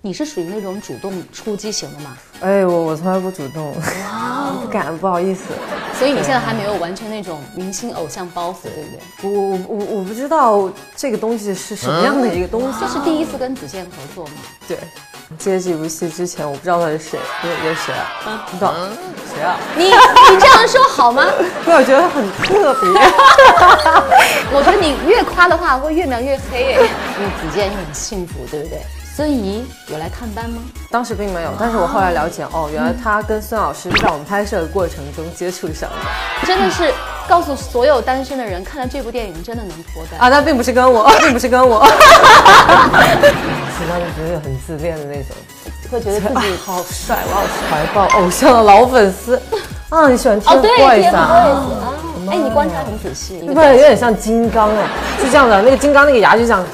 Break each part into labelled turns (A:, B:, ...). A: 你是属于那种主动出击型的吗？
B: 哎，我我从来不主动，不敢，不好意思。
A: 所以你现在还没有完全那种明星偶像包袱，对不对？
B: 我我我我不知道这个东西是什么样的一个东西。
A: 这是第一次跟子健合作吗？
B: 对，接这部戏之前，我不知道他是谁，我也是谁啊？你懂谁啊？
A: 你你这样说好吗？
B: 因为我觉得很特别。
A: 我觉得你越夸的话，会越描越黑哎。因为子健又很幸福，对不对？孙怡有来探班吗？
B: 当时并没有，但是我后来了解，哦，原来他跟孙老师在我们拍摄的过程中接触上的
A: 真的是告诉所有单身的人，看了这部电影真的能脱单。
B: 啊，但并不是跟我，并不是跟我。 喜欢的不是很自恋的那种，
A: 会觉得自
B: 啊
A: 己、
B: 好帅，我好怀抱偶像的老粉丝啊！你喜欢
A: 哦，
B: 听
A: 对
B: boys
A: ，TFBOYS
B: 啊？
A: 啊，哎，你观察很仔细，
B: 对不对？有点像金刚哎，就这样的，那个金刚那个牙就这 样。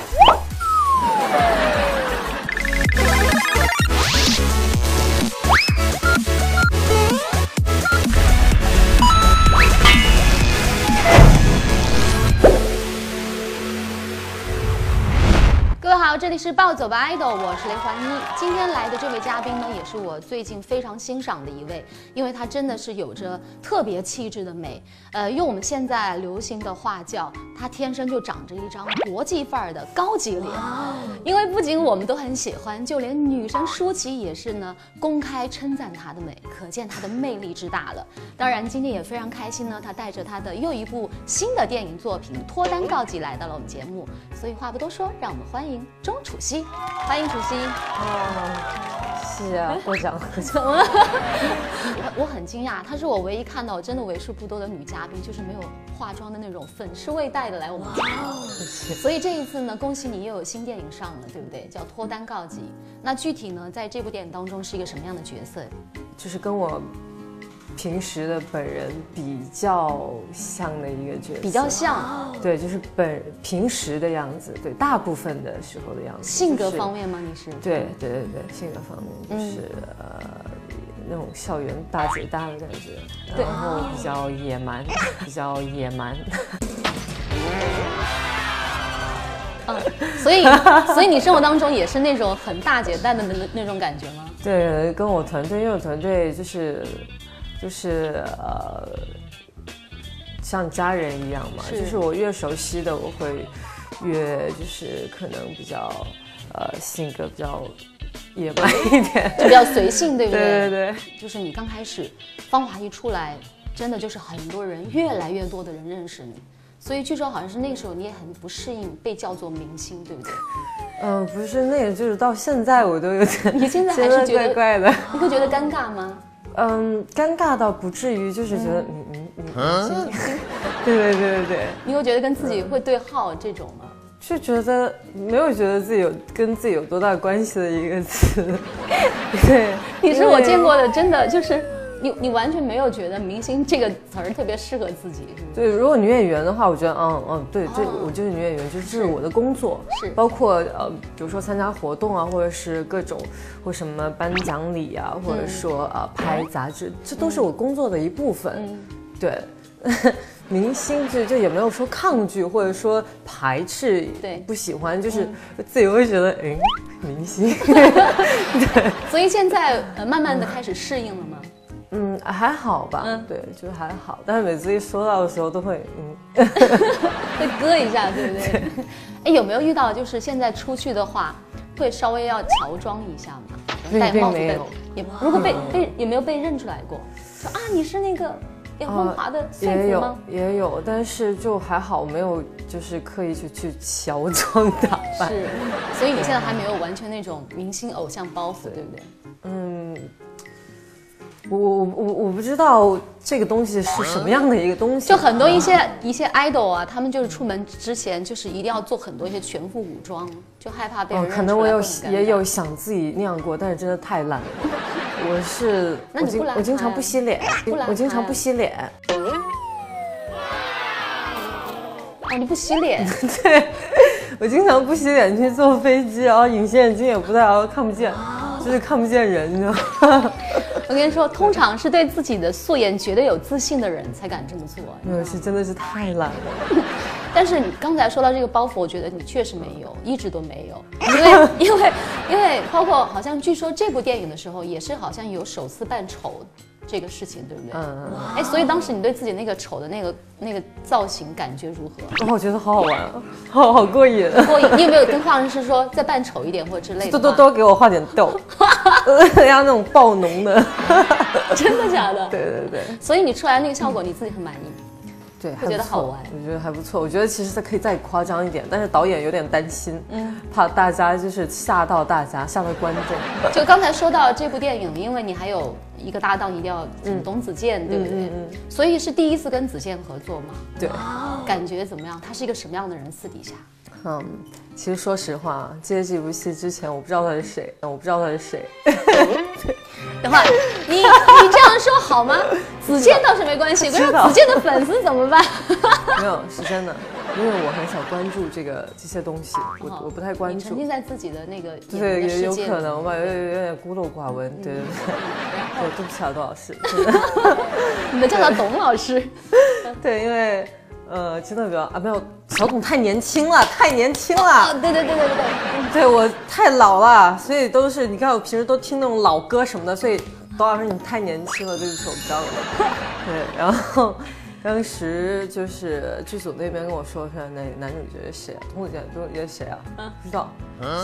A: 各位好，这里是暴走吧 idol，我是雷环一。今天来的这位嘉宾呢，也是我最近非常欣赏的一位，因为她真的是有着特别气质的美。呃，用我们现在流行的话叫，她天生就长着一张国际范儿的高级脸。因为不仅我们都很喜欢，就连女神舒淇也是呢，公开称赞她的美，可见她的魅力之大了。当然，今天也非常开心呢，她带着她的又一部新的电影作品《脱单告急》来到了我们节目。所以话不多说，让我们欢迎钟楚曦，欢迎楚曦。
B: 是 啊，过奖。
A: 我我很惊讶，她是我唯一看到真的为数不多的女嘉宾，就是没有化妆的那种粉饰未带的来我们节
B: 哦
A: 目。所以这一次呢，恭喜你又有新电影上了，对不对？叫《脱单告急》。那具体呢，在这部电影当中是一个什么样的角色？
B: 就是跟我平时的本人比较像的一个角色，
A: 比较像
B: 对，就是本平时的样子，对，大部分的时候的样子，
A: 性格
B: 就是
A: 方面吗？嗯你是？
B: 对对对对，性格方面就是、呃那种校园大姐大的感觉，
A: 对
B: 然后比较野蛮，比较野蛮。
A: 所以，所以你生活当中也是那种很大姐大的那那种感觉吗？
B: 对，跟我团队，因为我团队就是就是呃像家人一样嘛，
A: 是
B: 就是我越熟悉的，我会越就是可能比较呃性格比较野蛮一点。
A: 就比较随性， 对不
B: 对对对。
A: 就是你刚开始《芳华》一出来，真的就是很多人，越来越多的人认识你。所以据说好像是那时候你也很不适应被叫做明星，对不对？
B: 嗯，不是那个，就是到现在我都有点，
A: 你现在还是觉得
B: 怪怪的。
A: 你会觉得尴尬吗？
B: 嗯，尴尬到不至于，就是觉得嗯嗯嗯，嗯对 对对对对，
A: 你会觉得跟自己会对号这种吗？
B: 就觉得没有觉得自己有跟自己有多大关系的一个词， 对，
A: 你是我见过的，真的就是你，你完全没有觉得“明星”这个词儿特别适合自己，是吗？
B: 对，如果女演员的话，我觉得，嗯嗯，对，这我就是女演员，这是我的工作，
A: 是
B: 包括呃，比如说参加活动啊，或者是各种或什么颁奖礼啊，或者说啊、呃拍杂志，这都是我工作的一部分。对， 明星这就也没有说抗拒或者说排斥，
A: 对
B: 不喜欢，就是自己会觉得，哎，明星，
A: 所以现在呃，慢慢的开始适应了吗？
B: 嗯，还好吧，
A: 嗯
B: 对，就还好，但是每次一说到的时候都会，嗯。
A: 会割一下，对不 对？哎，有没有遇到就是现在出去的话，会稍微要乔装一下吗？
B: 嗯并
A: 戴帽子
B: 并没
A: 的
B: 有嗯
A: 也如果被被有没有被认出来过？说啊，你是那个杨风华的宋
B: 也
A: 子
B: 有
A: 吗？
B: 也有，但是就还好，没有就是刻意去去乔装打扮。
A: 是，所以你现在还没有完全那种明星偶像包袱，对不对？
B: 嗯， 我我我我不知道这个东西是什么样的一个东西，啊
A: 就很多一些一些 idol 啊，他们就是出门之前就是一定要做很多一些全副武装，就害怕被人
B: 嗯，
A: 认出来、
B: 可能我有
A: 会很尴尬
B: 也有想自己那样过，但是真的太懒了。我是，
A: 那
B: 我
A: 你
B: 经
A: 不懒
B: 我经
A: 它
B: 常
A: 呀
B: 不洗脸，
A: 不懒
B: 我经常
A: 它
B: 不
A: 呀
B: 洗脸。
A: 哦，你不洗 脸，
B: 我经常不洗脸去坐飞机，然后隐形眼镜也不戴，然后看不见，
A: 哦
B: 就是看不见人，你知道吗？
A: 我跟你说，通常是对自己的素颜绝对有自信的人才敢这么做。
B: 没有，是真的是太懒了。
A: 但是你刚才说到这个包袱，我觉得你确实没有，一直都没有，因 为因为因为包括好像据说这部电影的时候，也是好像有首次扮丑这个事情，对不对？嗯嗯。哎，所以当时你对自己那个丑的那个那个造型感觉如何？
B: 哇，我觉得好好玩啊，好好过瘾。啊
A: 过瘾？你有没有跟化妆师说再扮丑一点或者之类的？
B: 多 多，多给我画点痘，要那种爆 浓的。
A: 真的假的？
B: 对对对
A: 所以你出来那个效果，你自己很满意。
B: 对，
A: 觉得好玩
B: 还不错我觉得还不错。我觉得其实它可以再夸张一点，但是导演有点担心，
A: 嗯
B: 怕大家就是吓到大家，吓到观众。
A: 就刚才说到这部电影，因为你还有一个搭档，一定要
B: 嗯
A: 董子健，对不对？所以是第一次跟子健合作嘛，
B: 对，
A: 感觉怎么样？他是一个什么样的人？私底下，
B: 嗯，其实说实话，啊接这部戏之前，我不知道他是谁，我不知道他是谁。
A: 等会儿你你这样说好 吗？子健倒是没关系，可是
B: 知道
A: 子健的粉丝怎么办？
B: 没有，是真的，因为我很少关注这个这些东西，我我不太关
A: 哦你沉
B: 注
A: 浸。在自己的那个演
B: 对，
A: 员的
B: 也
A: 世
B: 有
A: 界
B: 可
A: 里。嗯
B: 能吧，有点有点孤陋寡闻，对对对， 对，对不起啊，杜老师， 真的
A: 你们叫他董老 师，
B: 对，因为呃，真的比较啊，没有小董太年轻了，太年轻
A: 啊，
B: 了，
A: 对对对对对对，
B: 对我太老了，所以都是你看我平时都听那种老歌什么的，所以董老师你太年轻了，对不起，我不知道了。对，然后当时就是剧组那边跟我说说那男主角是谁啊，童子健，童子健谁啊？不知道，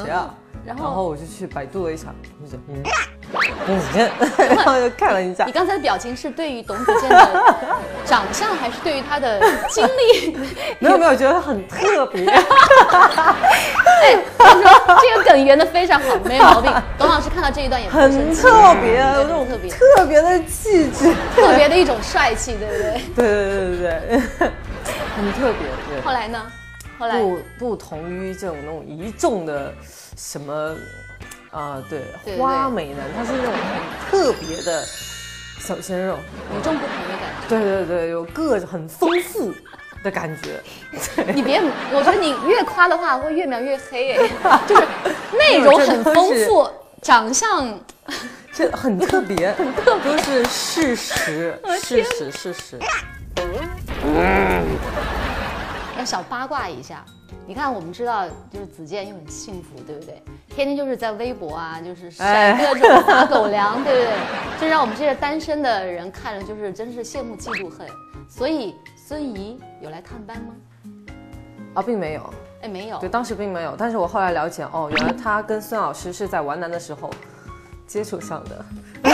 B: 谁啊？
A: 然
B: 然
A: 后
B: 后我就去百度了一下，童子健，嗯，童子健， 然后就看了一下
A: 你，刚才的表情是对于董子健的 长相，还是对于他的经历？
B: 没有没有，觉得他很特别。
A: 哎，我说这个梗圆的非常好，没有毛病。董老师看到这一段也不会生
B: 很
A: 气
B: 特别，有
A: 嗯对
B: 种
A: 特别
B: 特别的气质。
A: 特别的一种帅气，对不对？
B: 对对对对对，很特别。
A: 后来呢？后来
B: 对，不不同于这种那种一众的什么啊、对
A: 对对
B: 花美男，他是那种很特别的小鲜肉。
A: 与众不同的感
B: 对对对，有各种很丰富的感觉。
A: 觉。你别，我觉得你越夸的话会越描越黑， 哎，就是内容很丰富，长相
B: 这很 特别，都是事实，事实，事 实。
A: 要小八卦一下。你看，我们知道，就是子健又很幸福，对不对？天天就是在微博啊，就是晒各种撒狗
B: 哎
A: 粮，对不对？这让我们这些单身的人看着就是真是羡慕嫉妒恨。所以孙怡有来探班吗？
B: 啊，并没有，
A: 哎，没有
B: 对，。当时并没有，但是我后来了解，哦，原来他跟孙老师是在皖南的时候接触上的，
A: 在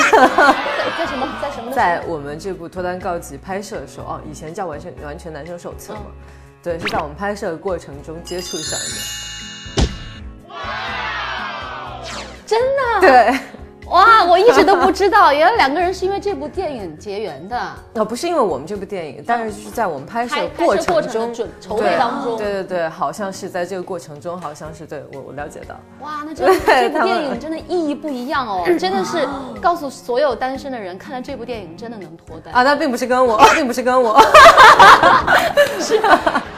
A: 在什么在什么的？
B: 在我们这部《脱单告急》拍摄的时候，哦，以前叫完全完全男生手册嘛，
A: 嗯
B: 对，是在我们拍摄的过程中接触上的，
A: 真的
B: 对，
A: 哇！我一直都不知道，原来两个人是因为这部电影结缘的。
B: 哦，不是因为我们这部电影，但是就是在我们拍摄
A: 拍拍摄
B: 过程
A: 过程
B: 中
A: 的准筹
B: 对
A: 备当中
B: 对对对，好像是在这个过程中，好像是对我我了解到，
A: 哇，那这部这
B: 对
A: 部
B: 他们
A: 电影真的意义不一样哦，真的 是告诉所有单身的人，看了这部电影真的能脱单。
B: 啊，那并不是跟我， 并不是跟我，
A: 我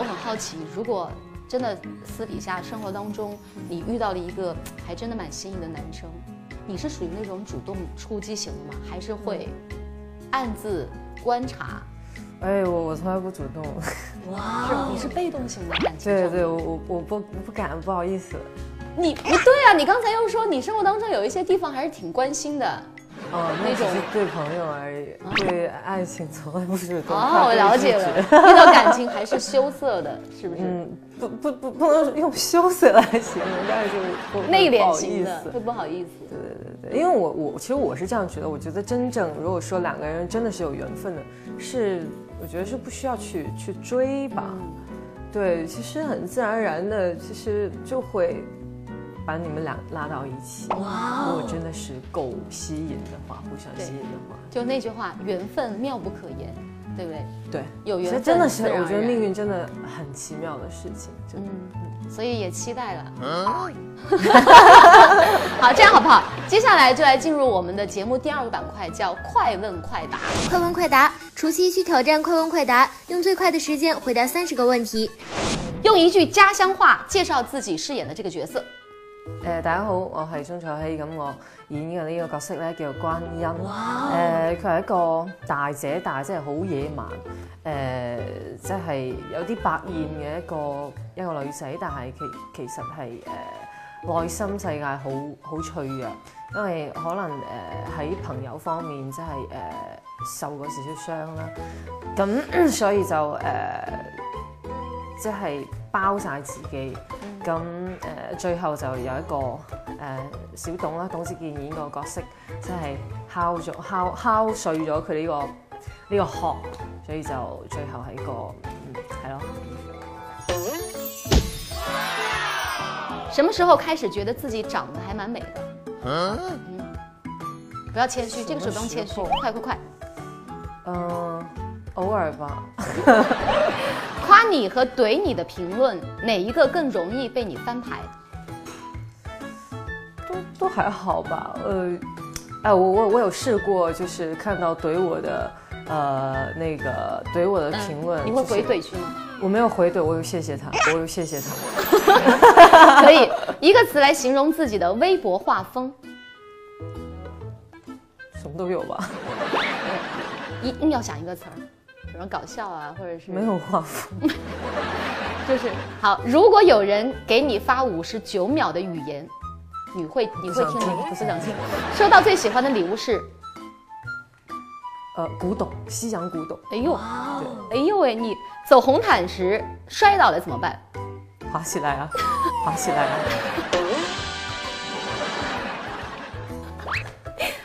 A: 很好奇，如果真的私底下生活当中，你遇到了一个还真的蛮心仪的男生，你是属于那种主动出击型的吗？还是会暗自观察？
B: 哎，我我从来不主动，
A: 是你是被动型的感情
B: 对
A: 上
B: 对，我我我不不敢，不好意思。
A: 你不对啊！你刚才又说你生活当中有一些地方还是挺关心的。
B: 哦，
A: 那
B: 那只
A: 种啊
B: 是对朋友而已，对爱情从来不主动。
A: 哦，
B: 怕
A: 我
B: 被
A: 了
B: 拒
A: 解
B: 绝
A: 了，。遇到感情还是羞涩的，是不是？
B: 嗯，不不不，不能用羞涩来形容，但是我我
A: 嗯内
B: 不
A: 敛
B: 好
A: 型
B: 意
A: 的
B: 思
A: 会不好意思。
B: 对因为我我其实我是这样觉得，我觉得真正如果说两个人真的是有缘分的，是我觉得是不需要去去追吧。
A: 嗯
B: 对，其实很自然而然的，其实就会把你们俩拉到一起。
A: 哦
B: 如果真的是够吸引的话，互相吸引的话，
A: 就那句话，缘分妙不可言，对不对？
B: 对，
A: 有缘
B: 这
A: 分
B: 真的是，
A: 自然而
B: 我觉得
A: 然
B: 命运真的很奇妙的事情，真的。
A: 嗯所以也期待了。 好，这样好不好？接下来就来进入我们的节目第二个板块，叫快问快答。
C: 快问快答，除夕需挑战快问快答，用最快的时间回答三十个问题。
A: 用一句家乡话介绍自己饰演的这个角色。
B: 誒、呃大家好，我係鍾楚曦，咁我演嘅呢個角色咧叫做關欣。誒、佢係一個大姐大，即係好野蠻，誒、呃即係有啲百厭嘅一個一個女仔，但係其其實係誒、內心世界好好脆弱，因為可能誒呃喺、朋友方面即係誒呃受過少少傷啦，咁 所以就誒、呃即係包晒自己。咁誒、最後就有一個誒、小董啦，董子健演個角色，即係敲咗敲敲碎咗佢呢個呢、個殼，所以就最後係個嗯係咯。
A: 什么时候开始觉得自己长得还蛮美的？嗯，不要谦虚，这个时候不用谦虚
B: 什么时，
A: 快快快，
B: 嗯、偶尔吧，
A: 夸你和怼你的评论哪一个更容易被你翻牌？
B: 都都还好吧。呃，哎，我我我有试过，就是看到怼我的呃那个怼我的评论，
A: 嗯你会回
B: 就是
A: 怼去吗？
B: 我没有回怼，我有谢谢他，我有谢谢他。
A: 可以，一个词来形容自己的微博画风，
B: 什么都有吧，
A: 一定要想一个词儿，比如搞笑啊，或者是
B: 没有画风。
A: 就是好。如果有人给你发五十九秒的语言，你会你会听吗？不
B: 不
A: 是
B: 想
A: 想
B: 听
A: 听。收到最喜欢的礼物是，
B: 呃，古董，西洋古董，
A: 哎呦，
B: 哦
A: 哎呦喂，你走红毯时摔倒了怎么办？
B: 爬起来啊，爬起来啊！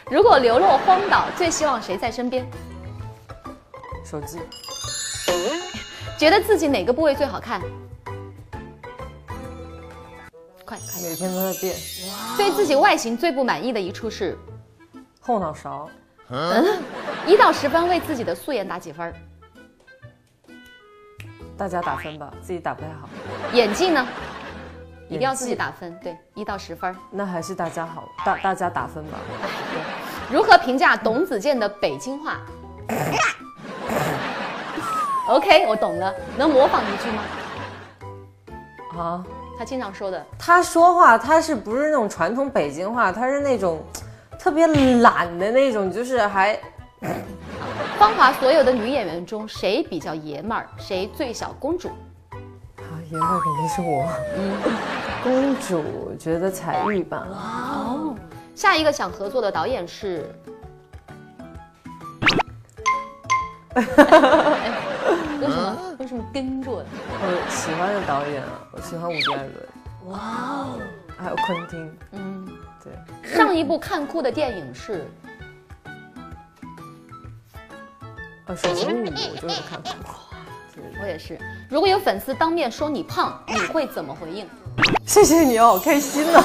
A: 如果流落荒岛，最希望谁在身边？
B: 手机，
A: 觉得自己哪个部位最好看？快快！
B: 每天都在变。
A: 对自己外形最不满意的一处是，
B: 后脑勺，
A: 一到十分为自己的素颜打几分儿？
B: 大家打分吧，自己打不太好，
A: 演技呢？一定要自己打分，对，一到十分儿。
B: 那还是大家好，大大家打分吧。
A: 如何评价董子健的北京话 ？OK，我懂了，能模仿一句吗？
B: 啊，
A: 他经常说的，
B: 他说话他是不是那种传统北京话？他是那种特别懒的那种，就是还啊
A: 芳华所有的女演员中，谁比较爷们儿，谁最小公主？
B: 啊，爷们儿肯定是我。嗯公主，我觉得彩玉吧。
A: 下一个想合作的导演是，为哎什么为什么跟着我？
B: 我喜欢的导演啊，我喜欢伍迪·艾伦。哇哦，还有昆汀。嗯，对，
A: 上一部看哭的电影是，
B: 呃，水形物语我就是看过。
A: 我也是。如果有粉丝当面说你胖，你会怎么回应？
B: 谢谢你哦，好开心呢、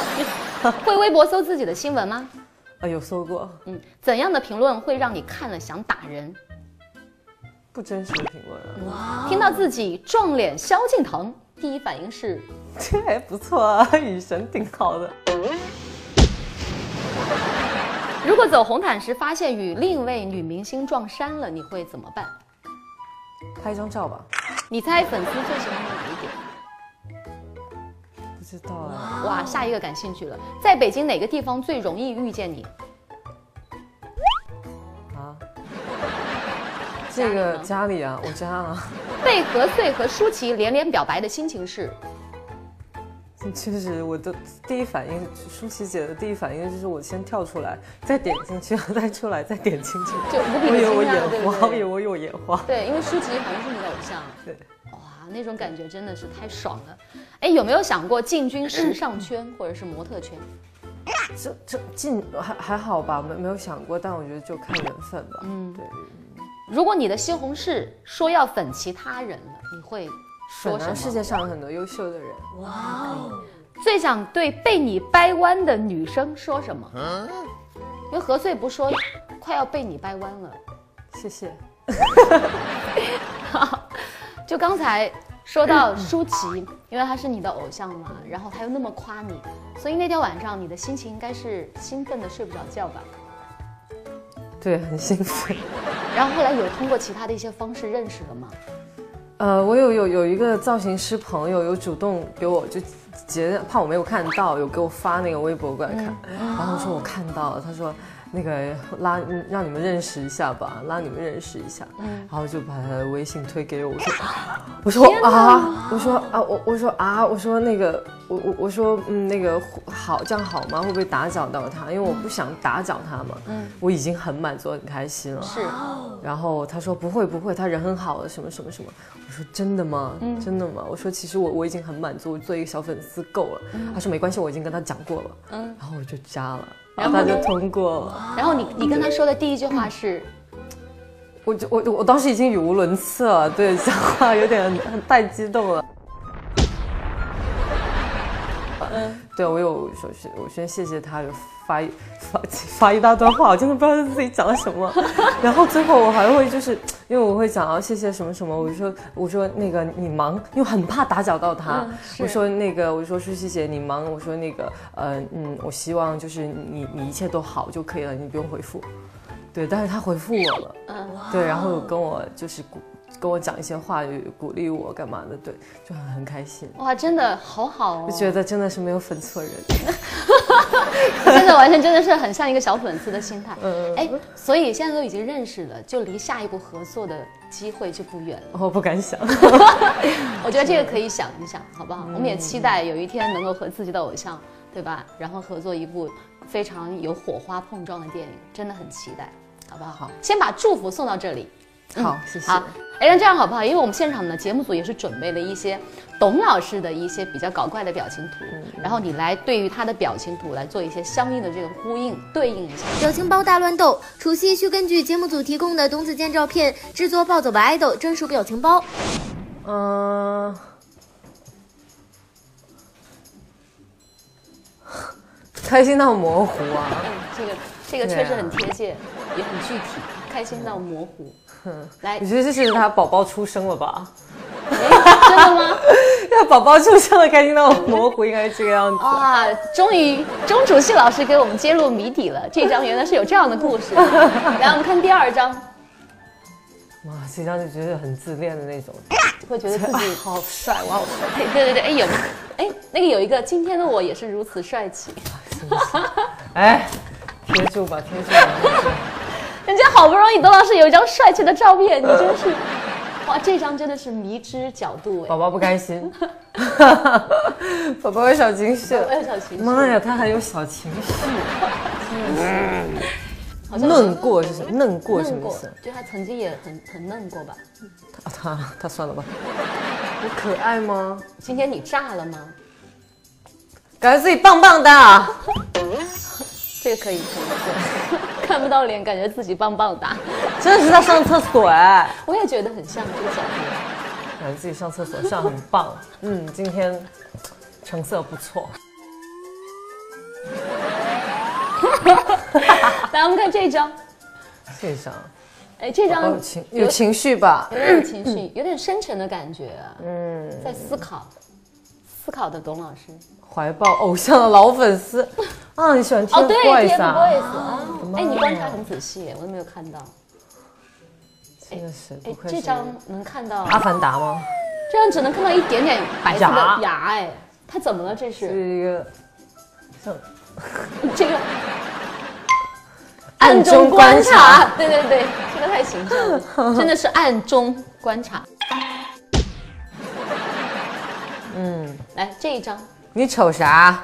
A: 会微博搜自己的新闻吗？
B: 啊，有搜过
A: 嗯，怎样的评论会让你看了想打人？
B: 不真实的评论啊，
A: 听到自己撞脸萧敬腾，第一反应是
B: 这还不错啊，雨神挺好的。
A: 如果走红毯时发现与另一位女明星撞衫了，你会怎么办？
B: 拍一张照吧，
A: 你猜粉丝最喜欢的哪一点？
B: 不知道啊，
A: 哇，下一个感兴趣了。在北京哪个地方最容易遇见你？
B: 啊，这个
A: 家里吗
B: 家里啊，我家啊，
A: 被何穗和舒淇连连表白的心情是？
B: 确实我的第一反应，舒淇姐的第一反应就是我先跳出来，再点进去，再出来，再点进去，
A: 就无比
B: 我
A: 的
B: 以
A: 惊
B: 为我
A: 讶，对
B: 眼
A: 不
B: 花，我以为
A: 对？
B: 我有眼花。
A: 对，因为舒淇好像是你的偶像。
B: 对，
A: 哇，那种感觉真的是太爽了。哎，有没有想过进军时尚圈或者是模特圈？
B: 这这进还还好吧，没没有想过，但我觉得就看缘分吧。嗯，对，
A: 如果你的西红柿说要粉其他人了，你会说
B: 本来
A: 什
B: 世
A: 么？
B: 界上有很多优秀的人，
A: 最想对被你掰弯的女生说什么？因为何穗不说快要被你掰弯了。
B: 谢谢。
A: 就刚才说到舒 淇，因为她是你的偶像嘛，然后她又那么夸你，所以那天晚上你的心情应该是兴奋的睡不着觉吧？
B: 对，很兴奋。
A: 然后后来有通过其他的一些方式认识了吗？
B: 呃，我有有有一个造型师朋友有主动给我就杰怕我没有看到，有给我发那个微博过来看，然后说我看到了，他说那个拉嗯让你们认识一下吧，拉你们认识一下，然后就把他的微信推给我，我说我说啊，我说啊我我说啊我说那个我我我说嗯那个好这样好吗？会不会打搅到他？因为我不想打搅他嘛，我已经很满足很开心了，
A: 是
B: 然后他说不会不会，他人很好的，什么什么什么。我说真的吗？真的吗？我说其实我我已经很满足，做一个小粉丝够了。他说没关系，我已经跟他讲过了。然后我就加了，然后他就通过了。
A: 然后你你跟他说的第一句话是，
B: 嗯我就我我当时已经语无伦次了，对，讲话有点很太激动了。对我有首先我先谢谢他，有发一发发一大段话，我真的不知道自己讲了什么。然后最后我还会就是因为我会讲啊谢谢什么什么，我就说我说那个你忙，因为很怕打搅到他。我说那个我说舒淇姐你忙，我说那个呃嗯，我希望就是你你一切都好就可以了，你不用回复。对，但是他回复我了，对，然后有跟我就是鼓跟我讲一些话语鼓励我干嘛的，对，就很很开心。
A: 哇，真的好好哦
B: 就，觉得真的是没有粉错人，
A: 真的完全真的是很像一个小粉丝的心
B: 嗯
A: 态。哎，所以现在都已经认识了，就离下一步合作的机会就不远了。
B: 我不敢想。
A: 我觉得这个可以想一想，好不好？
B: 嗯
A: 我们也期待有一天能够和自己的偶像，对吧？然后合作一部非常有火花碰撞的电影，真的很期待，好不好？
B: 好
A: 先把祝福送到这里。
B: 好，谢谢。
A: 好，哎，那这样好不好？因为我们现场呢，节目组也是准备了一些董老师的一些比较搞怪的表情图，
B: 嗯
A: 然后你来对于他的表情图来做一些相应的这个呼应对应一下。
C: 表情包大乱斗，除夕需根据节目组提供的董子健照片制作《暴走吧爱豆》专属表情包。
B: 嗯、开心到模糊啊！
A: 嗯，这个这个
B: 对啊
A: 确实很贴切，也很具体，开心到模糊。来
B: 你，觉得这是他宝宝出生了 吧？
A: 真的 吗？
B: 他宝宝出生了，开心到模糊，应该是这个样子。
A: 啊，终于钟楚曦老师给我们揭露谜底了，这张原来是有这样的故 事。来，我们看第二张，
B: 哇，这张就觉得很自恋的那种，
A: 会觉得自
B: 哎
A: 己，
B: 好帅，我好帅，
A: 哎对对对，哎有，哎那个有一个，今天的我也是如此帅 气，
B: 哎，贴住吧，贴住吧。
A: 人家好不容易董老师有一张帅气的照片，你真是，哇，这张真的是迷之角度哎
B: 宝宝不开 心，宝宝有小情绪。，
A: 我有小情绪，
B: 妈呀，他还有小情绪。
A: 好像是
B: 嫩过嗯是什么？嫩过什
A: 嫩
B: 么意
A: 过
B: 思？，
A: 就他曾经也很很嫩过吧？
B: 啊他他算了吧。我可爱吗？
A: 今天你炸了吗？
B: 感觉自己棒棒的。
A: 这个可以可以， 对看不到脸，感觉自己棒棒哒，
B: 真的是在上厕所哎，
A: 我也觉得很像这个小哥。
B: 感觉自己上厕所上很棒。嗯，今天成色不 错。
A: 来，我们看这张，
B: 这张
A: 哎，这张
B: 有哦情有情嗯绪吧？
A: 有点情绪，有点深沉的感觉、嗯，在思考，思考的董老师。
B: 怀抱偶像的老粉丝啊，你喜欢
A: 哦
B: TFBOYS 啊？
A: TFBOYS 啊，哎，你观察很仔细，我都没有看到。
B: 真的是不
A: 哎，
B: 愧
A: 这
B: 是啊
A: 张能看到，
B: 阿凡达吗？
A: 这张只能看到一点点白色的
B: 牙
A: 牙，哎，他怎么了？这
B: 这
A: 是
B: 是一个像
A: 这个。
B: 暗中观察，
A: 对对对，这个太形象 了，真的是暗中观察。嗯，来这一张，
B: 你瞅啥？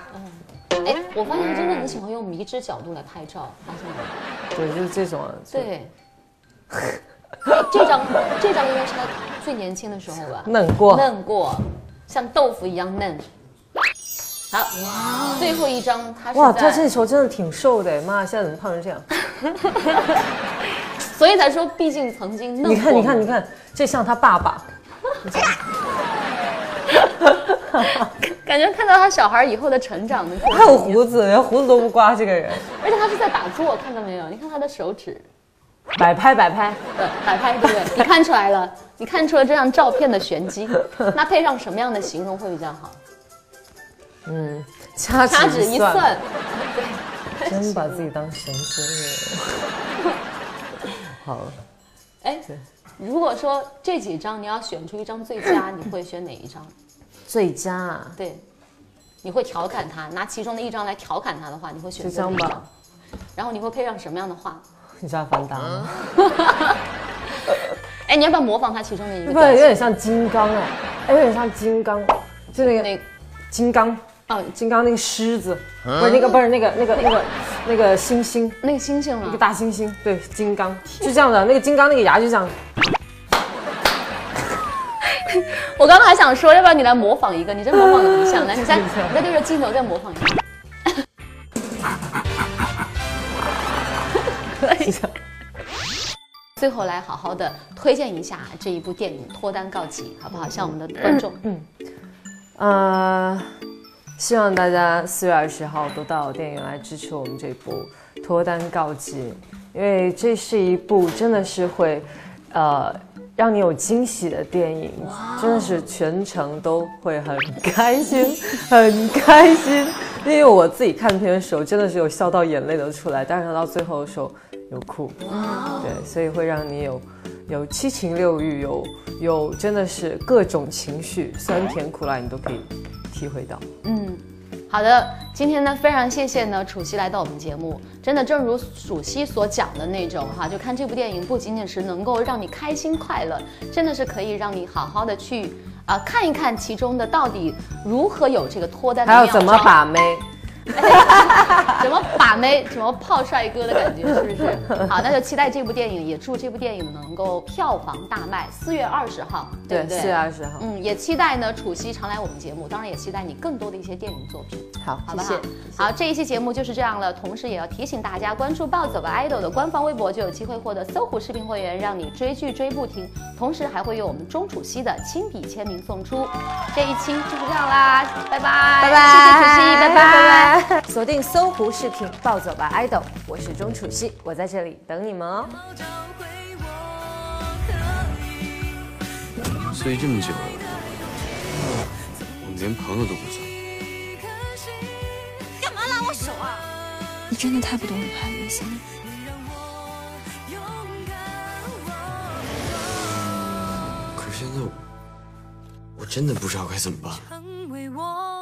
A: 哎，我发现真的很喜欢用迷之角度来拍照，发现没有？
B: 对，就是这种啊。就
A: 对，哎这张这张应该是他最年轻的时候吧，
B: 嫩过。
A: 嫩过，像豆腐一样嫩。好，最后一张他
B: 哇，
A: 是
B: 他
A: 在，
B: 这时候真的挺瘦的，妈，现在怎么胖成 这样？
A: 所以才说，毕竟曾经嫩过。
B: 你看，你看，你看，这像他爸爸，
A: 感觉看到他小孩以后的成长的，
B: 还有 胡子，连胡子都不刮，这个人，
A: 而且他是在打坐，看到没有？你看他的手指，
B: 摆拍摆拍，
A: 对，摆拍，对不对？你看出来了，你看出了这张照片的玄机。那配上什么样的形容会比较好？
B: 掐
A: 掐指
B: 指一
A: 一
B: 算，
A: 算，
B: 真把自己当神仙 了。好了，
A: 哎，如果说这 几张你要选出一张最佳，你会选哪一张？
B: 最佳啊
A: 对，你会调侃他，拿其中的一张来调侃他的话，你会选
B: 就
A: 择
B: 这样
A: 哪一张
B: 吧？。
A: 然后你会配上什么样的话？
B: 你知道凡达吗？
A: 哎，你要不要模仿他其中的一
B: 对
A: 个
B: 不
A: 表
B: 对？有
A: 情？
B: 点像金刚哎，哎，有点像金刚，就那个
A: 那个
B: 金刚，
A: 哦，
B: 金刚那个狮子，不是那个，不是那个那个那个那个猩猩，
A: 那个星星
B: 一
A: 啊
B: 个，大猩猩，对，金刚就这样的，那个金刚那个牙就 这样，
A: 我刚刚还想说，要不要你来模仿一个？你这模仿的很像，来，你再
B: 是不是
A: 你再对着镜头再模仿一下。可以。最后来好好的推荐一下这一部电影《脱单告急》，好不好？向我们的观众，
B: 呃，希望大家四月二十号都到电影来支持我们这部《脱单告急》，因为这是一部真的是会，呃，让你有惊喜的电影，真的是全程都会很开心，很开心。因为我自己看片的时候，真的是有笑到眼泪都出来，但是到最后的时候有哭，对，所以会让你有。有七情六欲，有有真的是各种情绪，酸甜苦辣你都可以体会到。
A: 嗯，好的，今天呢，非常谢谢呢，楚曦来到我们节目。真的，正如楚曦所讲的那种哈，就看这部电影不仅仅是能够让你开心快乐，真的是可以让你好好的去啊、看一看其中的到底如何有这个脱单的
B: 还有
A: 妙
B: 怎么
A: 招
B: 把妹？
A: 怎么把妹，怎么泡帅哥的感觉，是不是？好，那就期待这部电影，也祝这部电影能够票房大卖。四月二十号，对
B: 对，
A: 不对？
B: 四月二十号。
A: 嗯，也期待呢，楚曦常来我们节目，当然也期待你更多的一些电影作品。
B: 好，
A: 好不
B: 谢
A: 好？
B: 谢。
A: 好，这一期节目就是这样了。同时也要提醒大家，关注暴走吧 idol 的官方微博，就有机会获得搜狐视频会员，让你追剧追不停。同时还会有我们钟楚曦的亲笔签名送出。这一期就是这样啦，拜拜，拜谢谢楚曦，拜拜。
B: 拜。 锁定搜狐视频，暴走吧 idol，我是钟楚曦，我在这里等你们哦。
D: 找回我可以。
E: 所以这么久了，我们连朋友都不算。
D: 干嘛拉我手啊？
F: 你真的太不懂女孩子的心。
D: 你让我勇敢。
E: 可是现在我，我真的不知道该怎么办了。
D: 成为我